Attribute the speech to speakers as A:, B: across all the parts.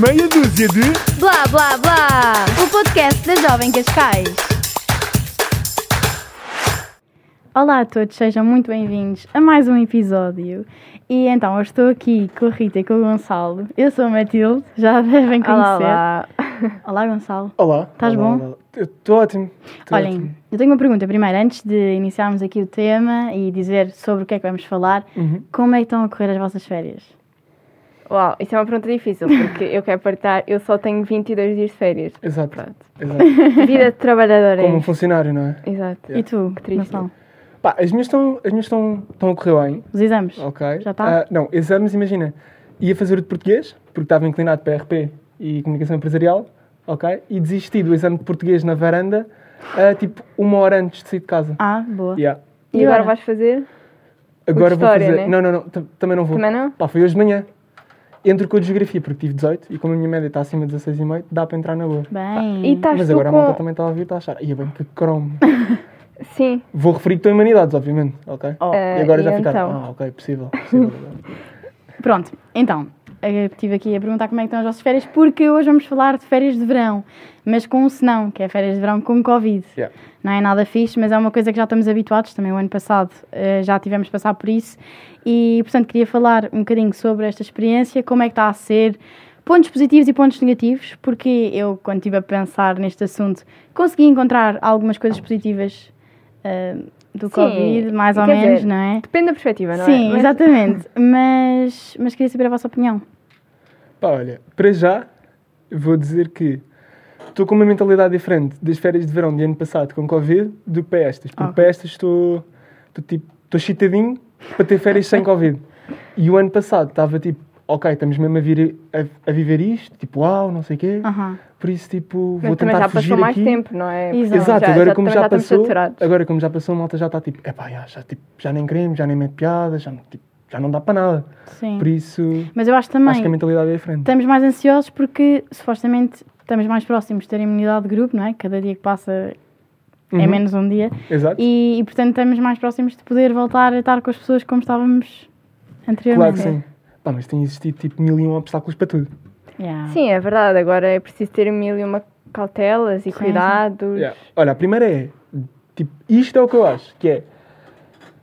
A: meia dúzia de.
B: Blá Blá Blá, o podcast da Jovem Cascais. Olá a todos, sejam muito bem-vindos a mais um episódio. E então, eu estou aqui com a Rita e com o Gonçalo. Eu sou a Matilde, já devem conhecer.
C: Olá, olá.
B: Olá, Gonçalo.
A: Olá.
B: Estás
A: Olá,
B: bom?
A: olá. Eu Estou ótimo. Estou ótimo.
B: Olhem, eu tenho uma pergunta primeiro, antes de iniciarmos aqui o tema e dizer sobre o que é que vamos falar,
A: Uhum.
B: como é que estão a correr as vossas férias?
C: Uau, isso é uma pergunta difícil, porque eu quero partar, eu só tenho 22 dias de férias.
A: Exato.
C: Pronto.
A: Exato.
C: Vida de trabalhadora. é
A: Como um
C: isto.
A: funcionário, não é?
C: Exato.
B: E tu,
C: Que triste.
B: Gonçalo?
A: Pá, as minhas estão, as minhas estão, estão a correr bem,
B: Os exames?
A: ok?
B: Já está?
A: Ah, não, exames, imagina. Ia fazer o de português, porque estava inclinado para RP e comunicação empresarial, ok? E desisti do exame de português na varanda, ah, tipo, uma hora antes de sair de casa.
B: Ah, boa.
A: Yeah.
C: E agora vais fazer?
A: Agora
C: de
A: vou
C: história,
A: fazer.
C: né?
A: Não, não, não, tam- também não vou.
C: Também não?
A: Pá, foi hoje de manhã. Entro com a de geografia, porque tive 18 e como a minha média está acima de 16,5, dá para entrar na boa.
B: Bem. tá,
C: E estás
A: Mas
C: tu
A: agora a malta
C: com...
A: também está a ouvir, está a achar. Ia bem, que cromo.
C: Sim.
A: Vou referir que estou em humanidades, obviamente, ok?
B: Oh.
C: Eh,
A: e agora
C: e
A: já ficaram.
C: então?
A: Ah, ok, possível. possível.
B: Pronto, então, eu estive aqui a perguntar como é que estão as vossas férias, porque hoje vamos falar de férias de verão, mas com um senão, que é férias de verão com Covid.
A: Yeah.
B: Não é nada fixe, mas é uma coisa que já estamos habituados, também o ano passado eh, já tivemos de passar por isso, e portanto queria falar um bocadinho sobre esta experiência, como é que está a ser, pontos positivos e pontos negativos, porque eu, quando estive a pensar neste assunto, consegui encontrar algumas coisas positivas eh, do
C: Sim,
B: Covid, mais ou
C: quer
B: menos,
C: dizer,
B: não é?
C: Depende da perspectiva, não é?
B: Sim,
C: Mas-
B: exatamente. Mas, mas queria saber a vossa opinião.
A: Pá, olha, para já, vou dizer que estou com uma mentalidade diferente das férias de verão de ano passado com Covid do que para estas. Porque
B: Ok.
A: para estas estou, estou tipo, estou chitadinho para ter férias sem Covid. E o ano passado estava tipo, ok, estamos mesmo a, vir- a- a viver isto, tipo, uau, não sei o quê.
B: Aham.
A: Por isso, tipo,
C: Ah. Mas
A: vou
C: também
A: tentar
C: já
A: fugir
C: passou mais
A: aqui.
C: tempo, não é?
B: Exato.
C: Portanto,
A: Exato, agora como
C: também
A: já,
C: estamos
A: passou,
C: saturados.
A: agora como já passou, a malta já está tipo, epá, já, já, tipo, já nem queremos, já nem mete piada, já, não- tipo, já não dá para nada.
B: Sim.
A: Por isso,
B: Mas eu acho
A: acho
B: também
A: que a mentalidade é diferente.
B: estamos mais ansiosos porque supostamente estamos mais próximos de ter imunidade de grupo, não é? Cada dia que passa é
A: Uhum.
B: menos um dia.
A: Exato.
B: E, e, portanto estamos mais próximos de poder voltar a estar com as pessoas como estávamos
A: Claro
B: anteriormente.
A: que sim. Pá, mas tem existido tipo mil e um obstáculos para tudo.
B: Yeah.
C: Sim, é verdade. Agora é preciso ter mil e uma cautelas e
B: Sim,
C: cuidados.
A: Olha, a primeira é, tipo, isto é o que eu acho, que é,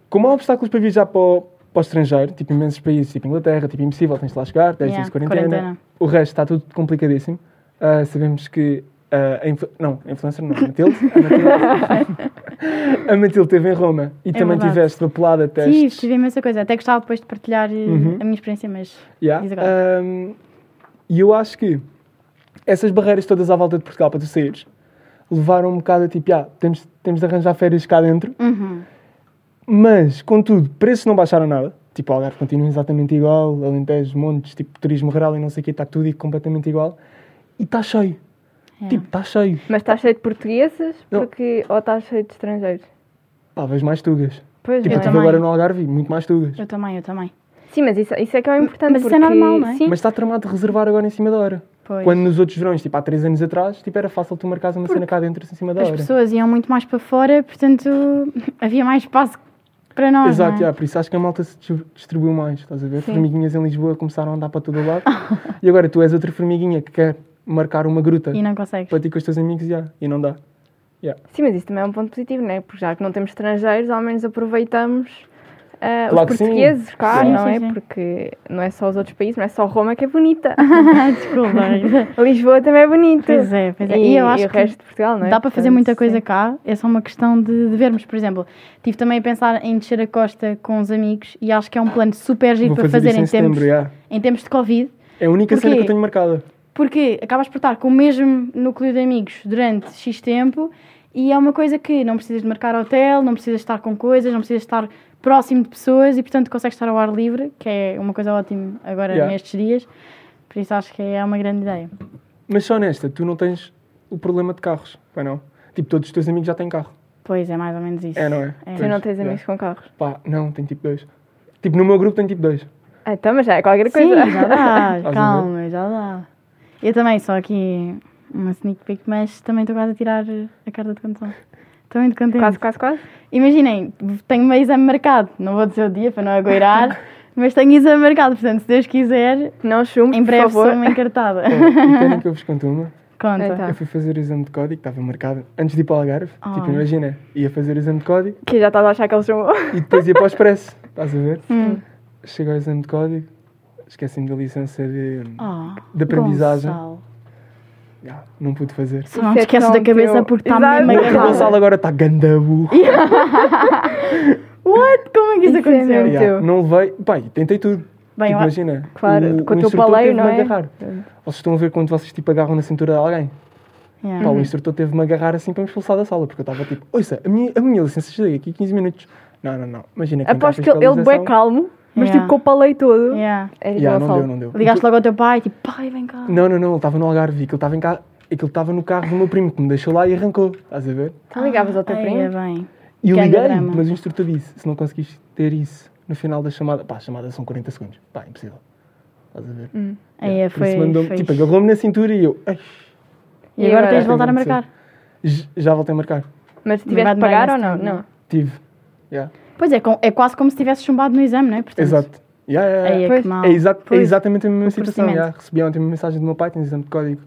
A: como há obstáculos para viajar para o, para o estrangeiro, tipo imensos países, tipo Inglaterra, tipo impossível, tens de lá chegar, 10
B: Yeah,
A: dias de quarentena,
B: quarentena.
A: o resto está tudo complicadíssimo. Ah, sabemos que ah, a influ- não, a influencer não, a Matilde, a Matilde, a Matilde esteve em Roma e também
B: É verdade.
A: tiveste vapelada,
B: Tive,
A: testes. Uhum.
B: tive imensa coisa. Até gostava depois de partilhar eh, a minha experiência, mas
A: Yeah.
B: diz agora.
A: Um, e eu acho que essas barreiras todas à volta de Portugal para tu saíres levaram um bocado a tipo, ah, temos, temos de arranjar férias cá dentro,
B: Uhum.
A: mas contudo, preços não baixaram nada. Tipo, o Algarve continua exatamente igual, Alentejo, Montes, tipo, turismo rural e não sei o quê, está tudo completamente igual. E está cheio.
B: É.
A: Tipo, está cheio.
C: Mas estás cheio de portugueses
A: Não.
C: porque... ou estás cheio de estrangeiros?
A: Talvez mais tugas.
C: Pois,
A: Tipo,
C: não
A: eu
C: é?
A: estive
B: também.
A: agora no Algarve, e muito mais tugas.
B: eu também, eu também.
C: Sim, mas isso, isso é que é o importante.
B: Mas isso
C: porque...
B: é normal, não é?
C: Sim,
A: Mas está tramado de reservar agora em cima da hora.
B: Pois.
A: Quando nos outros verões, tipo, há três anos atrás, tipo, era fácil tu marcares uma cena cá dentro em cima da
B: As
A: hora.
B: pessoas iam muito mais para fora, portanto havia mais espaço para nós.
A: Exato,
B: não é?
A: yeah, por isso acho que a malta se distri- distribuiu mais, estás a ver?
C: Sim.
A: Formiguinhas em Lisboa começaram a andar para todo o lado e agora tu és outra formiguinha que quer marcar uma gruta
B: E não consegues.
A: para ti com os teus amigos yeah, e não dá.
C: Sim, mas isso também é um ponto positivo, não é? Porque já que não temos estrangeiros, ao menos aproveitamos ah,
A: Claro que
C: os
A: sim.
C: portugueses cá,
B: Sim,
C: não
B: sim,
C: é?
B: sim.
C: Porque não é só os outros países, não é só Roma que é bonita.
B: Desculpa.
C: Lisboa também é bonita.
B: Pois é, pois é.
C: E,
B: E eu acho
C: o
B: que
C: resto de Portugal, não é?
B: Dá para fazer
C: Portanto,
B: muita
C: sim.
B: coisa cá, é só uma questão de, de vermos. Por exemplo, tive também a pensar em descer a costa com os amigos e acho que é um plano super giro
A: Vou
B: para
A: fazer
B: fazer,
A: isso em
B: em, tempos,
A: setembro, yeah.
B: em tempos de Covid,
A: É a única cena
B: Porquê?
A: que eu tenho marcada.
B: porque acabas por estar com o mesmo núcleo de amigos durante X tempo e é uma coisa que não precisas de marcar hotel, não precisas estar com coisas, não precisas estar próximo de pessoas e, portanto, consegues estar ao ar livre, que é uma coisa ótima agora
A: Yeah.
B: nestes dias. Por isso acho que é uma grande ideia.
A: Mas só nesta, tu não tens o problema de carros, vai não? Tipo, todos os teus amigos já têm carro.
B: Pois é, mais ou menos isso.
A: É, não é?
B: Tu
C: Tu não
A: Pois,
C: tens
A: yeah.
C: amigos com carros.
A: Pá, não, tem tipo dois. Tipo, no meu grupo tem tipo dois.
C: Ah, então, mas já é qualquer
B: Sim,
C: coisa. é.
B: já dá,
A: ver?
B: calma, já dá. Eu também, só aqui uma sneak peek, mas também estou quase a tirar a carta de condução. Estou muito contente.
C: quase, quase, quase.
B: Imaginem, tenho um exame marcado, não vou dizer o dia para não agoirar, Mas tenho exame marcado, portanto, se Deus quiser,
C: Não chumes,
B: em breve
C: por
B: sou
C: favor.
B: uma encartada.
A: Oh, e querem que eu vos conte uma?
B: Conta.
C: Então.
A: Eu fui fazer o exame de código, estava marcado, antes de ir para o Algarve.
B: Ai.
A: Tipo, imagina, ia fazer o exame de código
C: Que já estás a achar que ele chamou.
A: e depois ia para o Expresso. Estás a ver?
B: Hum.
A: Chego ao exame de código, esqueci-me da licença de.
B: Oh,
A: De aprendizagem.
B: Gonçalo.
A: Ah, não pude fazer.
B: Só não
C: Isso
B: te
C: é
B: esqueças
C: tão
B: da cabeça
C: teu.
B: porque está
C: Exato.
B: mesmo
A: Porque o Gonçalo
B: agarrado.
A: agora está gandabu.
B: What? Como é que isso
C: Isso é
B: aconteceu?
C: mesmo.
A: Yeah,
C: teu.
A: não levei. Pai, tentei tudo.
B: Bem,
A: tipo,
B: eu-
A: imagina.
C: Claro,
A: o,
C: com o
A: o
C: teu
A: instrutor
C: paleio,
A: teve-me
C: não é?
A: agarrar. Vocês estão a ver quando vocês tipo, agarram na cintura de alguém?
B: Yeah.
C: Uhum.
A: Pá, o instrutor teve-me agarrar assim para me expulsar da sala, porque eu estava tipo, ouça, a minha, a minha licença chega daqui a 15 minutos. Não, não, não. Imagina quem
C: Aposto que
A: está a
C: ele, ele bem
A: fiscalização-
C: calmo, mas
B: Yeah.
C: tipo com o palei todo. É,
B: Yeah.
C: Era
A: Yeah,
C: igual
A: não
C: a
A: deu,
C: Paulo.
A: não deu.
B: Ligaste logo ao teu pai, tipo, pai, vem cá.
A: Não, não, não, ele estava no Algarve, aquilo estava em ca... aquilo estava no carro do meu primo que me deixou lá e arrancou, estás a ver?
C: Então ligavas ao teu
B: Ai,
C: primo.
B: é bem.
A: E eu
B: Ganda
A: liguei,
B: drama.
A: mas o instrutor disse, se não conseguiste ter isso no final da chamada, pá, a chamada são 40 segundos, pá, impossível. Estás a ver?
B: Aí é,
A: Por isso
B: foi,
A: mandou-me-
B: foi.
A: tipo, agarrou-me na cintura e eu, "Ai,
B: E agora tens
C: E
B: de
A: agora?
B: voltar a marcar.
A: j- já voltei a marcar.
C: Mas
B: Vai
C: tiveste de
B: demorar
C: pagar ou
B: esse
C: não?
B: tempo,
C: Não.
A: Tive. Yeah.
B: Pois é, com- é quase como se tivesse chumbado no exame, não é? Portanto,
A: Exato. Yeah, yeah, yeah.
B: Aí é
C: Pois.
B: que mal.
A: É, exa- é
B: Pois.
A: exatamente a mesma situação.
B: procedimento.
A: Já. Recebi ontem uma mensagem do meu pai, tens exame de código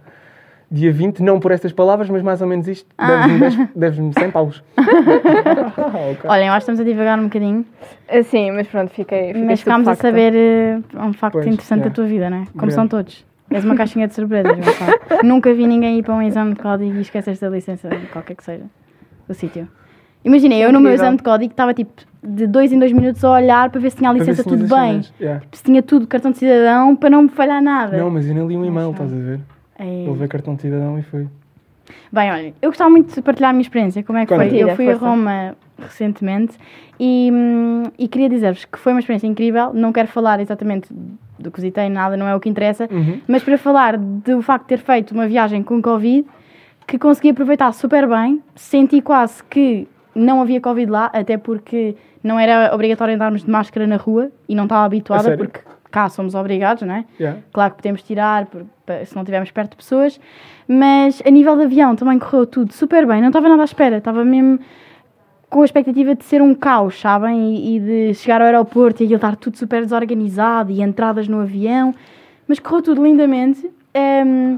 A: dia 20, não por estas palavras, mas mais ou menos isto.
B: Ah.
A: Deves-me 10 deves-me 100 paus. Ah, ok.
B: Olhem, acho que estamos a divagar um bocadinho,
C: Ah, Sim, mas pronto, fiquei. fiquei
B: mas ficámos a
C: estupefacta.
B: saber eh, um facto
A: Pois,
B: interessante
A: yeah.
B: da tua vida, não é? Como
A: Obrigado.
B: são todos. És uma caixinha de surpresas, Gonçalo. Nunca vi ninguém ir para um exame de código e esqueces da licença, de qualquer que seja, do sítio. Imagina, eu no meu
C: Incrível.
B: exame de código estava tipo de dois em dois minutos a olhar para ver se tinha a
A: Para ver
B: licença
A: se
B: tudo
A: tinhas as
B: bem.
A: cenas. Yeah.
B: Se tinha tudo, cartão de cidadão, para não me falhar nada. É
A: Não, mas eu nem li um e-mail,
B: Mas,
A: estás a ver?
B: Ei.
A: Ele veio cartão de cidadão e foi.
B: Bem, olha, eu gostava muito de partilhar a minha experiência. Como é que
A: Conta.
B: foi?
C: Partilha,
B: eu fui
C: força.
B: a Roma recentemente e, hum, e queria dizer-vos que foi uma experiência incrível. Não quero falar exatamente do que visitei, nada, não é o que interessa. Mas para falar do facto de ter feito uma viagem com Covid, que consegui aproveitar super bem, senti quase que não havia Covid lá, até porque não era obrigatório andarmos de máscara na rua e não estava habituada,
A: sério?
B: porque cá somos obrigados, não é?
A: Yeah.
B: Claro que podemos tirar por- pa- se não estivermos perto de pessoas, mas a nível de avião também correu tudo super bem. Não estava nada à espera, estava mesmo com a expectativa de ser um caos, sabem? E, e de chegar ao aeroporto e aquilo estar tudo super desorganizado e entradas no avião, mas correu tudo lindamente. Ehm,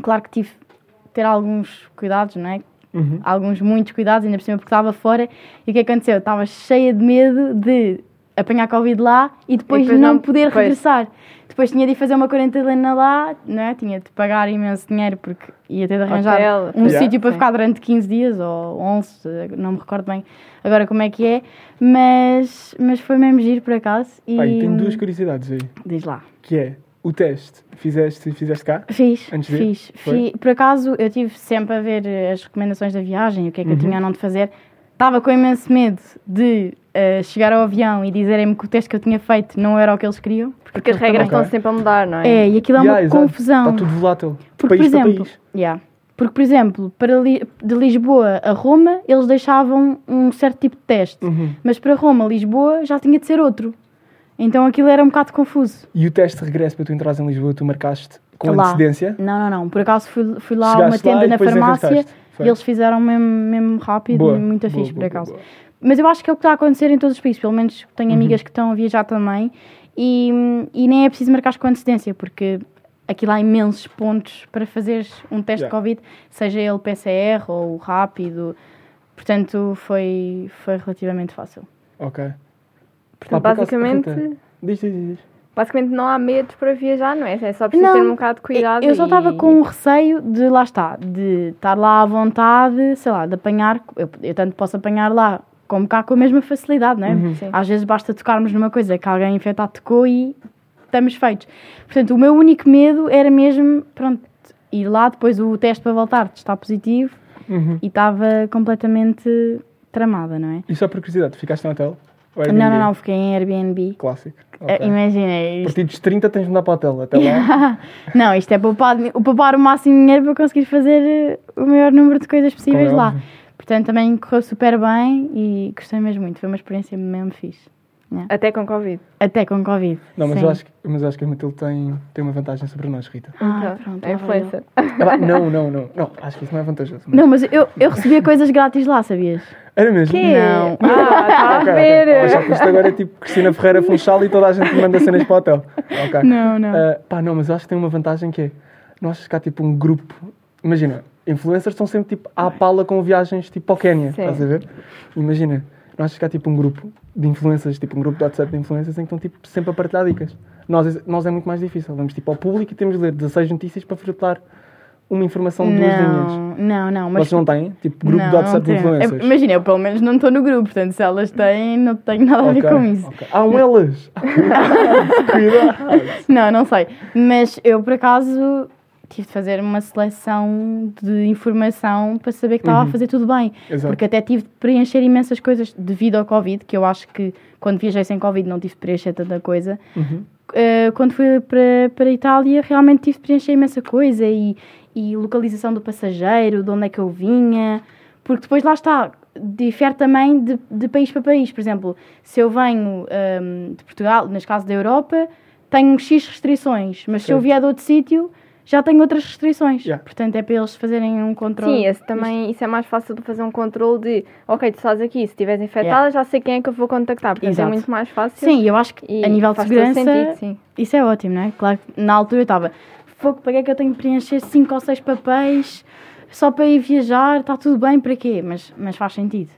B: claro que tive de ter alguns cuidados, não é?
A: Uhum.
B: alguns muitos cuidados, ainda por cima porque estava fora. E o que aconteceu? Estava cheia de medo de apanhar Covid lá e depois,
C: E depois
B: não,
C: não-
B: poder
C: pois.
B: regressar. Depois tinha de ir fazer uma quarentena lá, não é? tinha de pagar imenso dinheiro porque ia ter de arranjar
C: Hotel,
B: um
A: Yeah.
B: sítio para
C: sim.
B: ficar durante 15 dias ou 11, eh, não me recordo bem agora como é que é, mas, mas foi mesmo giro por acaso. E
A: Pai, tenho duas curiosidades aí.
B: Diz lá.
A: Que é o teste. Fizeste, fizeste cá?
B: Fiz,
A: Antes de ir?
B: fiz,
A: Foi?
B: fi- Por acaso, eu tive sempre a ver eh, as recomendações da viagem, o que é que
A: Uhum.
B: eu tinha a não de fazer. Estava com imenso medo de eh, chegar ao avião e dizerem-me que o teste que eu tinha feito não era o que eles queriam.
C: Porque as regras
A: também.
C: estão sempre a mudar, não é?
B: É, e aquilo é uma
A: Yeah, exato.
B: confusão.
A: Está tudo volátil.
B: Porque,
A: país
B: por exemplo,
A: para país.
B: yeah. Porque, por exemplo, para Li- de Lisboa a Roma, eles deixavam um certo tipo de teste.
A: Uhum.
B: Mas para Roma, Lisboa, já tinha de ser outro. Então aquilo era um bocado confuso.
A: E o teste de regresso para tu entrares em Lisboa, tu marcaste com
B: Lá.
A: antecedência?
B: Não, não, não. Por acaso fui, fui lá a uma
A: Chegaste lá
B: tenda
A: e
B: na
A: depois
B: farmácia
A: enrascaste. Foi.
B: e eles fizeram mesmo, mesmo rápido e muito
A: boa,
B: fixe, por
A: boa,
B: acaso.
A: boa, boa.
B: Mas eu acho que é o que está a acontecer em todos os países, pelo menos tenho amigas que estão a viajar também e, e nem é preciso marcar com antecedência, porque aqui lá há imensos pontos para fazeres um teste
A: Yeah.
B: de Covid, seja ele PCR ou rápido, portanto foi, foi relativamente fácil.
A: Ok. Pá,
C: Portanto,
A: por acaso,
C: basicamente,
A: Rita, diz, diz, diz.
C: basicamente não há medo para viajar, não é? É só preciso
B: Não,
C: ter um bocado de cuidado.
B: Eu só estava
C: e-
B: com um receio de, lá está, de estar lá à vontade, sei lá, de apanhar. Eu, eu tanto posso apanhar lá como cá com a mesma facilidade, não é?
A: Uhum.
C: Sim.
B: Às vezes basta tocarmos numa coisa que alguém infectado tocou e estamos feitos. Portanto, o meu único medo era mesmo, pronto, ir lá, depois o teste para voltar está positivo
A: Uhum.
B: e estava completamente tramada, não é?
A: E só por curiosidade, ficaste no hotel? Ou
B: Não,
A: Airbnb?
B: não, não, fiquei em Airbnb.
A: Clássico.
B: Eh,
A: Ok.
B: Imagina, isto
A: Partidos de 30 tens de mudar para o hotel. Até lá.
B: Não, isto é poupar, dinhe- poupar o máximo de dinheiro para conseguir fazer eh, o maior número de coisas possíveis
A: Como é
B: lá.
A: óbvio.
B: Portanto, também correu super bem e gostei mesmo muito. Foi uma experiência mesmo fixe. Yeah.
C: Até com Covid.
B: Até com Covid.
A: Não, mas
B: sim.
A: eu acho, que- mas eu acho que a Matilde tem, tem uma vantagem sobre nós, Rita.
B: Ah,
C: Então,
B: pronto,
C: é
B: lá vai ele.
C: influencer.
A: Ela- não, não, não, não. Acho que isso não é vantajoso. mas-
B: Não, mas eu, eu recebia coisas grátis lá, sabias?
A: Era mesmo?
C: Quê?
B: Não.
C: Ah, está a
A: Ok, ok.
C: ver.
A: Vou achar que isto agora é tipo Cristina Ferreira Funchal e toda a gente manda cenas para o hotel. Ok.
B: Não, não.
A: Ah, pá, não, mas eu acho que tem uma vantagem que é nós cá tipo um grupo. Imagina, influencers estão sempre tipo à pala com viagens tipo ao Quénia,
C: Sim.
A: estás a ver? Imagina, nós cá tipo um grupo de influencers, tipo um grupo de WhatsApp de influencers em que estão tipo sempre a partilhar dicas. Nós, nós é muito mais difícil. Vamos tipo ao público e temos de ler 16 notícias para filtrar uma informação de duas linhas.
B: não, não, não, mas
A: Vocês não têm? Tipo grupo de
B: Não,
A: WhatsApp de
B: não tenho.
A: influencers.
B: Eu- Imagina, eu pelo menos não estou no grupo, portanto, se elas têm, não tenho nada a ver
A: Ok,
B: com isso.
A: ok. Há um elas! Cuidado!
B: Não, não sei. Mas eu, por acaso, tive de fazer uma seleção de informação para saber que estava a fazer tudo bem.
A: Exato.
B: Porque até tive de preencher imensas coisas devido ao Covid, que eu acho que quando viajei sem Covid não tive de preencher tanta coisa. Eh, quando fui para, para a Itália, realmente tive de preencher imensa coisa e, e localização do passageiro, de onde é que eu vinha, porque depois lá está, difere também de, de país para país. Por exemplo, se eu venho ehm, de Portugal, neste caso da Europa, tenho X restrições, mas se eu
A: Certo.
B: vier de outro sítio, já tenho outras restrições.
A: Yeah.
B: Portanto, é para eles fazerem um controle.
C: Sim, esse também, isso é mais fácil de fazer um controle de, ok, tu estás aqui, se estiveres infectada,
B: Yeah.
C: já sei quem é que eu vou contactar, portanto
B: Exato.
C: é muito mais fácil.
B: Sim, eu acho que
C: E
B: a nível de
C: faz todo
B: segurança
C: sentido, sim.
B: Isso é ótimo, não é? Claro que na altura eu estava, fogo, para que é que eu tenho que preencher cinco ou seis papéis só para ir viajar? Está tudo bem, para quê? Mas, mas faz sentido.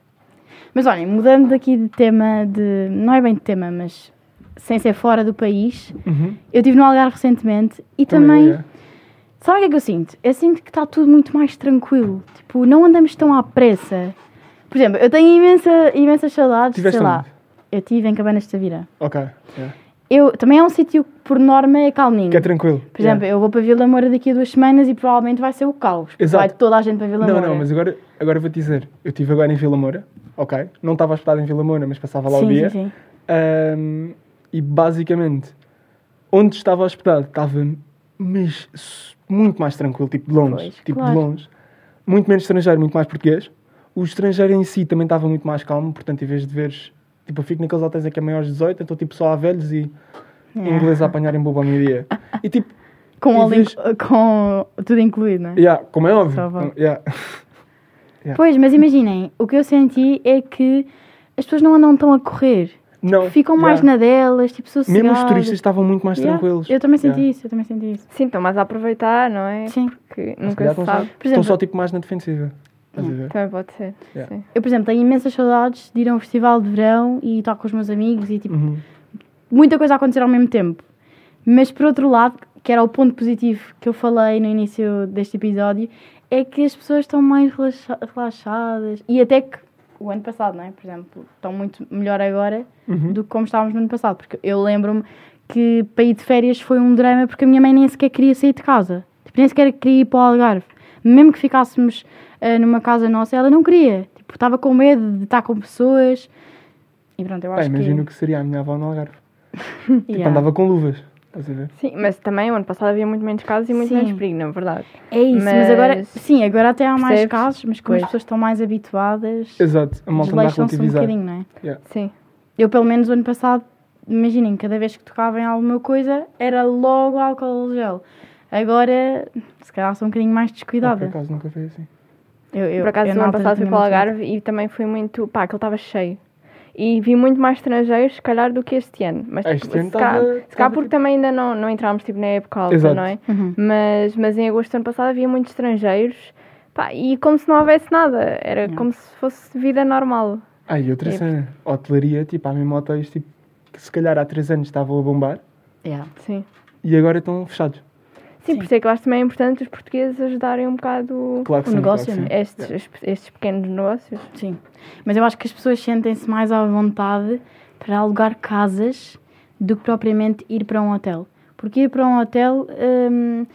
B: Mas olhem, mudando daqui de tema, de não é bem de tema, mas sem ser fora do país,
A: Uhum.
B: eu estive no Algarve recentemente e também,
A: Também.
B: sabe o que é que eu sinto? Eu sinto que está tudo muito mais tranquilo, tipo, não andamos tão à pressa. Por exemplo, eu tenho imensa, imensas saudades,
A: Tiveste
B: sei lá,
A: onde?
B: eu estive em Cabanas de Tavira.
A: Ok. yeah.
B: Eu, também é um sítio que, por norma, é calminho.
A: Que é tranquilo.
B: Por exemplo, eu vou para Vila Moura daqui a duas semanas e provavelmente vai ser o caos. porque
A: Exato.
B: Vai toda a gente para Vila
A: Não,
B: Moura.
A: não, mas agora, agora vou te dizer. Eu estive agora em Vila Moura, ok? Não estava hospedado em Vila Moura, mas passava lá o
B: sim,
A: dia.
B: sim, sim.
A: Ahm, e basicamente, onde estava hospedado, estava mas s- muito mais tranquilo, tipo de longe.
B: Pois,
A: tipo
B: claro.
A: de longe. Muito menos estrangeiro, muito mais português. O estrangeiro em si também estava muito mais calmo, portanto, em vez de veres. Tipo, eu fico naqueles hotéis em que é maiores de 18, então tipo só há velhos e inglês
B: Ah.
A: a apanharem bobo ao meio-dia. E tipo,
B: Com,
A: E
B: all in-
A: vês-
B: com tudo incluído, não é?
A: yeah, como é óbvio.
B: Só vão.
A: yeah.
B: Pois, mas imaginem, o que eu senti é que as pessoas não andam tão a correr.
A: Não,
B: Ficam mais
A: Então, yeah.
B: na delas, tipo, sossegadas.
A: Mesmo os turistas estavam muito mais
B: Yeah,
A: tranquilos.
B: Eu também senti
A: Yeah.
B: isso, eu também senti isso.
C: Sim, estão mais a aproveitar, não é?
B: Sim.
C: Porque
A: Se
C: nunca
A: calhar
C: se
A: estão só-
C: sabe.
B: exemplo-
A: Estão só tipo mais na defensiva. Estás a ver?
C: Também pode ser.
A: Yeah.
C: Sim.
B: Eu, por exemplo, tenho imensas saudades de ir a um festival de verão e estar com os meus amigos e, tipo,
A: Uhum.
B: muita coisa a acontecer ao mesmo tempo. Mas por outro lado, que era o ponto positivo que eu falei no início deste episódio, é que as pessoas estão mais relaxa- relaxadas e até que o ano passado, não é? Por exemplo, estão muito melhor agora
A: Uhum.
B: do que como estávamos no ano passado, porque eu lembro-me que para ir de férias foi um drama porque a minha mãe nem sequer queria sair de casa, Tipo, nem sequer queria ir para o Algarve. Mesmo que ficássemos ah, numa casa nossa, ela não queria. Tipo, estava com medo de estar com pessoas. E pronto, eu
A: Pá,
B: acho
A: imagino o
B: que...
A: que seria a minha avó no Algarve. Tipo,
B: Yeah.
A: andava com luvas. Estás a ver?
C: Sim, mas também o ano passado havia muito menos casos e muito
B: Sim.
C: menos perigo, na verdade.
B: É isso, mas,
C: Mas-
B: agora, sim, agora até há mais
C: Percebes?
B: casos, mas como
C: Pois.
B: as pessoas estão mais habituadas,
A: Exato. A malta andava a
B: desleixam-se um
A: relativizar.
B: bocadinho, não é?
C: Sim.
B: Eu, pelo menos, o ano passado, imaginem, cada vez que tocava em alguma coisa, era logo álcool gel. Agora, se calhar sou um bocadinho mais
A: Ah, por
B: descuidada.
A: acaso nunca foi assim.
B: Eu, eu,
C: Por acaso,
B: eu
C: no
B: na
C: ano
B: altura
C: passado fui
B: tinha
C: para o
B: muito medo.
C: Algarve e também fui muito. pá, aquilo estava cheio. E vi muito mais estrangeiros, se calhar, do que este ano. Mas
A: Ah, Este
C: tipo,
A: ano
C: se calhar,
A: estava-
C: se calhar
A: estava,
C: porque
A: tipo-
C: também ainda não, não entrámos tipo, na época alta,
A: Exato.
C: não é?
B: Uhum.
C: Mas, mas em agosto do ano passado havia muitos estrangeiros. Pá, e como se não houvesse nada. Era como se fosse vida normal.
A: Ah, e outra
C: É.
A: cena. Hotelaria, tipo, há mesmo hotéis tipo, que se calhar há 3 anos estavam a bombar
B: Yeah.
C: Sim.
A: e agora estão fechados.
C: Sim,
B: Sim.
C: por isso é que eu acho também importante os portugueses ajudarem um bocado
A: Claro que
B: O
A: sim.
B: negócio,
A: claro que
B: né?
A: sim.
C: estes, estes pequenos negócios.
B: Sim. Mas eu acho que as pessoas sentem-se mais à vontade para alugar casas do que propriamente ir para um hotel. Porque ir para um hotel hum,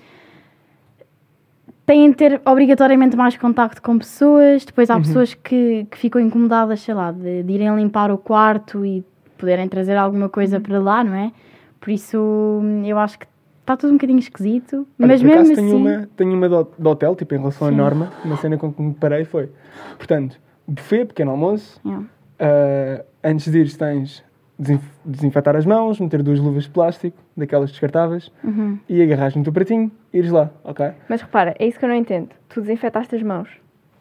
B: têm de ter obrigatoriamente mais contacto com pessoas. Depois há
A: Uhum.
B: pessoas que, que ficam incomodadas, sei lá, de, de irem limpar o quarto e poderem trazer alguma coisa
A: Uhum.
B: para lá, não é? Por isso hum, eu acho que está tudo um bocadinho esquisito.
A: Olha,
B: mas
A: por acaso
B: mesmo assim.
A: tenho uma, tenho uma do, do hotel, tipo, em relação à norma, uma cena com que me parei foi. Portanto, buffet, pequeno almoço,
B: Yeah.
A: Ah, antes de ires tens desinf- desinfetar as mãos, meter duas luvas de plástico, daquelas descartáveis, e agarras no teu pratinho, ires lá, ok?
C: Mas repara, é isso que eu não entendo. Tu desinfetaste as mãos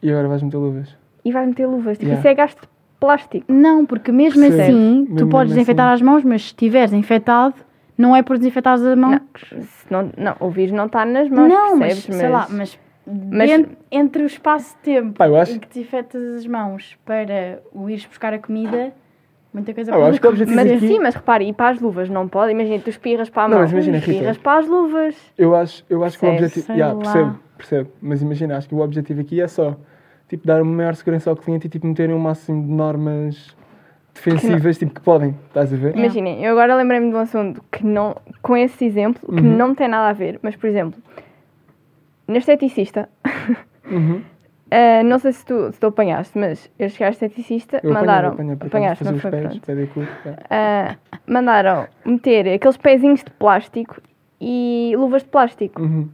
A: E agora vais meter luvas.
C: e vais meter luvas. Tipo,
A: Yeah.
C: isso é gasto de plástico.
B: Não, porque mesmo
A: Percebo.
B: assim, tu
A: Mesmo-
B: podes
A: mesmo
B: desinfetar
A: assim.
B: as mãos, mas se estiveres infectado, não é por desinfetar as mãos.
C: Se não, não, o vírus não está nas mãos,
B: mas,
C: percebes?
B: sei lá, mas, dentro- entre o espaço de tempo
A: Pá, eu acho-
B: em que desinfetas as mãos para o ires buscar a comida, muita coisa
A: Ah, eu acho que o objetivo
C: Mas
A: Mas
C: assim,
A: aqui-
C: mas repara, e para as luvas não pode? Imagina, tu espirras para a
A: Não,
C: mão,
A: mas imagina, Rita.
C: espirras para as luvas.
A: Eu acho, eu acho que o
C: Percebe,
A: objetivo.
B: sei
A: Yeah,
B: lá.
A: percebo, percebo. Mas imagina, acho que o objetivo aqui é só tipo, dar uma maior segurança ao cliente e tipo, meterem o máximo de normas defensivas tipo, que podem. Estás a ver?
B: Yeah.
C: Imaginem, eu agora lembrei-me de um assunto que não, com esse exemplo, que
A: Uhum.
C: não tem nada a ver, mas por exemplo, na esteticista,
A: Uhum.
C: ah, não sei se tu, se tu apanhaste, mas eu cheguei à esteticista,
A: Eu
C: mandaram.
A: apanhei, eu apanhei, por acaso,
C: apanhaste,
A: fazer
C: não
A: os
C: foi?
A: pés,
C: Pronto.
A: pedicure, yeah.
C: Ah, mandaram meter aqueles pezinhos de plástico e luvas de plástico.
A: Uhum.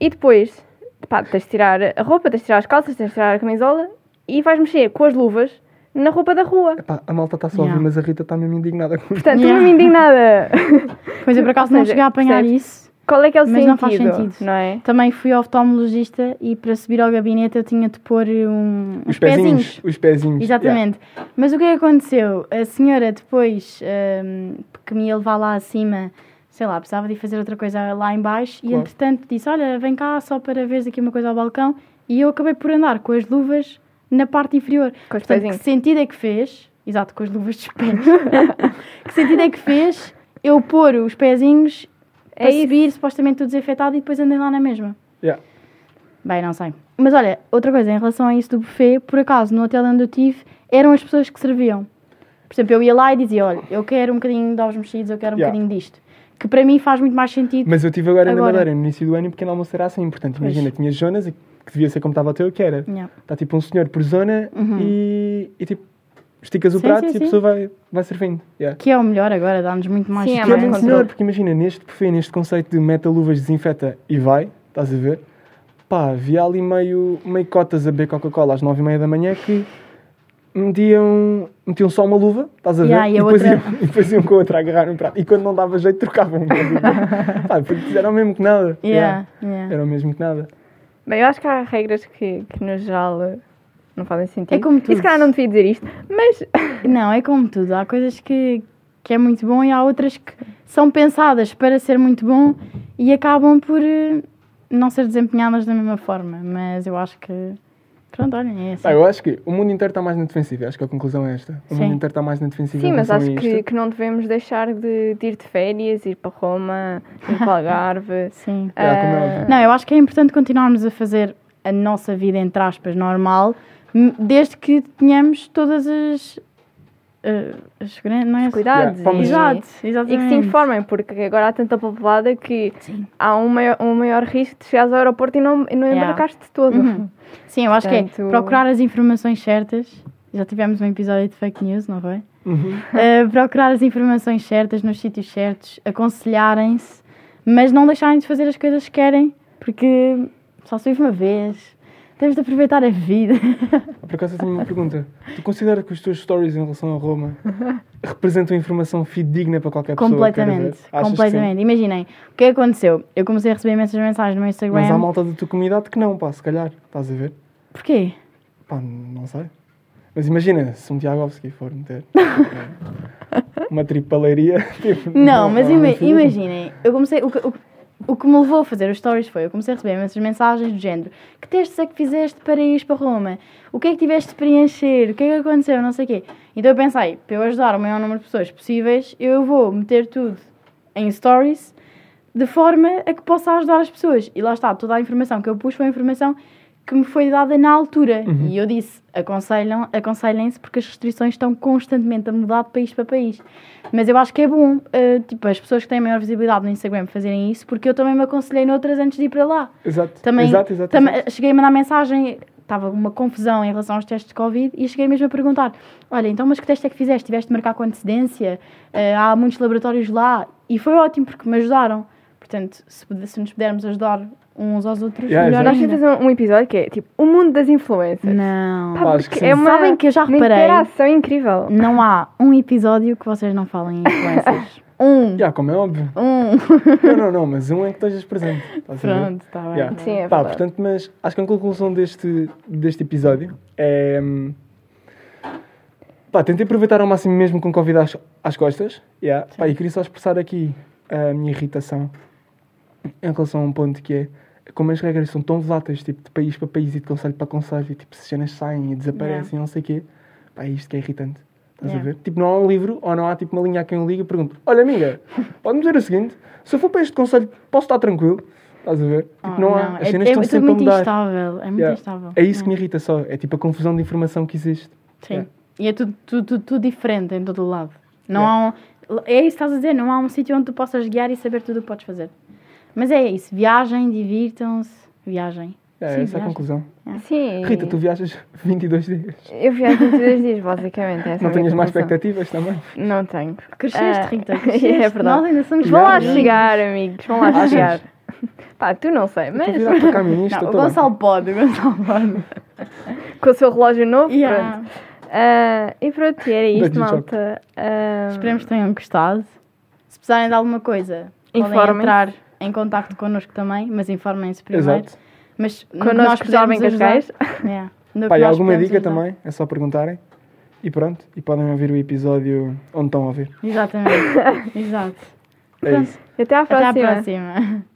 C: E depois, pá, tens de tirar a roupa, tens de tirar as calças, tens de tirar a camisola e vais mexer com as luvas na roupa da rua.
A: Epá, a malta está só a ouvir,
B: Yeah.
A: mas a Rita está mesmo indignada com isto.
C: Portanto,
B: Yeah.
C: não me indignada.
B: Pois eu por acaso não
C: Ou seja,
B: cheguei a apanhar
C: percebes?
B: isso.
C: Qual é que é o
B: Mas
C: sentido?
B: não faz sentido.
C: Não é?
B: Também fui ao oftalmologista e para subir ao gabinete eu tinha de pôr um, uns
A: Os pezinhos. Os pezinhos.
B: Exatamente. Mas o que é que aconteceu? A senhora depois hum, que me ia levar lá acima, sei lá, precisava de ir fazer outra coisa lá em baixo e
A: Claro.
B: entretanto disse, olha, vem cá só para veres aqui uma coisa ao balcão e eu acabei por andar com as luvas na parte inferior.
C: Com os
B: Portanto, que
C: pezinhos.
B: sentido é que fez? Exato, com as luvas dos pés. que sentido é que fez eu pôr os pezinhos
C: É
B: para
C: isso.
B: subir supostamente tudo desinfetado e depois andei lá na mesma?
A: Yeah.
B: Bem, não sei. Mas olha, outra coisa, em relação a isso do buffet, por acaso, no hotel onde eu tive, eram as pessoas que serviam. Por exemplo, eu ia lá e dizia, olha, eu quero um bocadinho de ovos mexidos, eu quero um
A: Yeah.
B: bocadinho disto. Que para mim faz muito mais sentido.
A: Mas eu tive agora, na
B: Agora.
A: Madeira, no início do ano, um pequeno almoço era assim. Portanto,
B: Pois.
A: imagina, tinha zonas e que devia ser como estava o teu, que era.
B: Yeah. Uhum.
A: Está tipo um senhor por zona e, e, tipo, esticas o
B: Sim,
A: prato
B: sim,
A: e a
B: sim.
A: pessoa vai, vai servindo. Yeah.
B: Que é o melhor agora, dá-nos muito mais
C: Sim,
A: Que
C: é
A: é
C: mais
A: muito
C: controle.
A: melhor, porque imagina, neste buffet, neste conceito de meta luvas, desinfeta e vai, estás a ver? Pá, havia ali meio, meio cotas a beber Coca-Cola às nove e meia da manhã que metiam, metiam só uma luva, estás a ver?
B: Yeah, e a
A: depois,
B: outra-
A: iam, e depois iam com a outra a agarrar um prato. E quando não dava jeito, trocavam. um Pá, porque era o mesmo que nada.
B: Yeah, yeah.
A: Era o mesmo que nada.
C: Bem, eu acho que há regras que, que no geral eh, não fazem sentido.
B: É como
C: E
B: tudo.
C: se calhar não devia dizer isto, mas
B: Não, é como tudo. Há coisas que, que é muito bom e há outras que são pensadas para ser muito bom e acabam por eh, não ser desempenhadas da mesma forma. Mas eu acho que. Pronto, olhem, é assim.
A: Pá, eu acho que o mundo inteiro está mais na defensiva. Acho que a conclusão é esta. O
B: Sim.
A: mundo inteiro está mais na defensiva. em
C: sim, mas
A: relação
C: acho
A: a
C: que,
A: isto.
C: que não devemos deixar de, de ir de férias, ir para Roma, ir para o Algarve.
B: Sim.
A: É, como
C: eh,
A: é óbvio.
B: Não, eu acho que é importante continuarmos a fazer a nossa vida, entre aspas, normal, m- desde que tenhamos todas as. eh, as seguran- não é?
C: Os cuidados
A: Yeah, vamos-
B: Exato,
C: e, e que
B: exatamente.
C: se informem, porque agora há tanta populada que
B: Sim.
C: há um maior, um maior risco de chegares ao aeroporto e não, e não
B: Yeah.
C: embarcaste de todo.
B: Uhum. Sim, eu acho que é
C: Portanto-
B: procurar as informações certas. Já tivemos um episódio de fake news, não foi?
A: Uhum.
B: Uh, procurar as informações certas nos sítios certos, aconselharem-se, mas não deixarem de fazer as coisas que querem, porque só se vive uma vez. Temos de aproveitar a vida.
A: Ah, Por acaso eu tenho uma pergunta. Tu consideras que os teus stories em relação a Roma representam informação fidedigna para qualquer pessoa?
B: completamente.
A: que queira ver? Achas que sim?
B: completamente. Imaginem, o que é que aconteceu? Eu comecei a receber imensas mensagens no meu
A: Mas há
B: Instagram.
A: malta da tua comunidade que não, pá, se calhar. Estás a ver?
B: Porquê?
A: Pá, n- não sei. Mas imagina, se um Tiagovski for meter uma tripaleria. tipo,
B: Não, mas
A: pá,
B: ima-
A: enfim.
B: imaginem, eu comecei. O que, o, que- o que me levou a fazer os stories foi eu comecei a receber imensas mensagens do género: que testes é que fizeste para ires para Roma? O que é que tiveste de preencher? O que é que aconteceu? Não sei o quê. Então eu pensei: para eu ajudar o maior número de pessoas possíveis, eu vou meter tudo em stories de forma a que possa ajudar as pessoas. E lá está, toda a informação que eu pus foi a informação que me foi dada na altura. E eu disse, aconselham, aconselhem-se porque as restrições estão constantemente a mudar de país para país. Mas eu acho que é bom, eh, tipo, as pessoas que têm maior visibilidade no Instagram fazerem isso, porque eu também me aconselhei noutras antes de ir para lá.
A: Exato.
B: Também,
A: exato, exato,
B: tam-
A: exato.
B: Cheguei a mandar mensagem, estava uma confusão em relação aos testes de Covid e cheguei mesmo a perguntar: Olha, então, mas que teste é que fizeste? Tiveste de marcar com antecedência? Eh, há muitos laboratórios lá e foi ótimo porque me ajudaram. Portanto, se, puder- se nos pudermos ajudar uns aos outros,
A: Yeah,
B: melhor
A: exato.
C: Nós temos
B: ainda.
C: que fazer um episódio que é tipo o mundo das influencers.
B: Não.
A: Pá, acho
C: porque
A: que sim.
C: é uma,
B: Sabem que eu já
C: uma
B: reparei.
C: interação incrível.
B: Não há um episódio que vocês não falem em influencers. um.
A: Já, como é óbvio.
B: Um.
A: Não, não, não, mas um é que estejas presente. estás a ver?
B: Pronto, está bem.
A: Yeah.
B: tá
C: Sim,
B: bem.
C: é
A: Pá,
C: verdade.
A: portanto, mas acho que a conclusão deste, deste episódio é. hum, Pá, tentei aproveitar ao máximo mesmo com Covid às, às costas. Yeah. Pá, e queria só expressar aqui a minha irritação em relação a um ponto que é como as regras são tão voláteis, tipo, de país para país e de conselho para conselho, e tipo, se cenas saem e desaparecem, não sei o quê. Pá, é isto que é irritante. Estás
B: Yeah.
A: a ver? Tipo, não há um livro ou não há tipo uma linha a quem eu ligo e pergunto: Olha, amiga, pode-me dizer o seguinte: se eu for para este conselho, posso estar tranquilo? Estás a ver? Tipo,
B: Oh,
A: não, há. As cenas estão
B: tudo
A: sempre a
B: muito
A: mudar.
B: instável. É muito
A: Yeah.
B: instável.
A: É isso que me irrita só. É tipo a confusão de informação que existe.
B: Sim.
A: Yeah.
B: E é tudo, tudo, tudo, tudo diferente em todo o lado. Não
A: Yeah.
B: há um, é isso que estás a dizer, não há um sítio onde tu possas guiar e saber tudo o que podes fazer. Mas é isso, viajem, divirtam-se, viajem.
A: É
B: Sim,
A: essa é
B: É.
A: a
B: viaja.
A: conclusão.
C: Sim.
A: Rita, tu viajas 22 dias.
C: Eu viajo 22 dias, basicamente. Essa é a
A: não
C: minha
A: tenhas mais
C: conclusão.
A: expectativas também?
C: Não tenho.
B: Cresceste,
C: Ah,
B: Rita,
C: é
B: cresceste.
C: verdade.
B: Nós ainda somos
C: Vão lá
B: velhinhos.
C: chegar, amigos. Vão lá
A: Achas? Então
C: chegar. Pá, tu não sei, mas
A: Estou virado para caminhista,
B: É, Não, o
A: estou bem.
B: Gonçalo pode, o Gonçalo pode.
C: com o seu relógio novo,
B: Yeah.
C: pronto. Ah, e pronto, e era isto,
A: Bungee
C: malta. Ah,
B: Esperemos que tenham gostado. Se precisarem de alguma coisa, podem
C: Informem-se.
B: entrar em contacto connosco também, mas informem-se primeiro.
A: Exato.
B: Mas no que nós
C: Connosco, jovem
B: pudermos ajudar-
C: Cascais.
B: Yeah. No que
A: Pá, e
B: nós
A: alguma
B: pudermos
A: dica
B: ajudar.
A: também? É só perguntarem. E pronto. E podem ouvir o episódio onde estão a ouvir.
B: Exatamente. Exato.
A: É isso.
C: Até à
B: Até à
C: próxima.
B: próxima.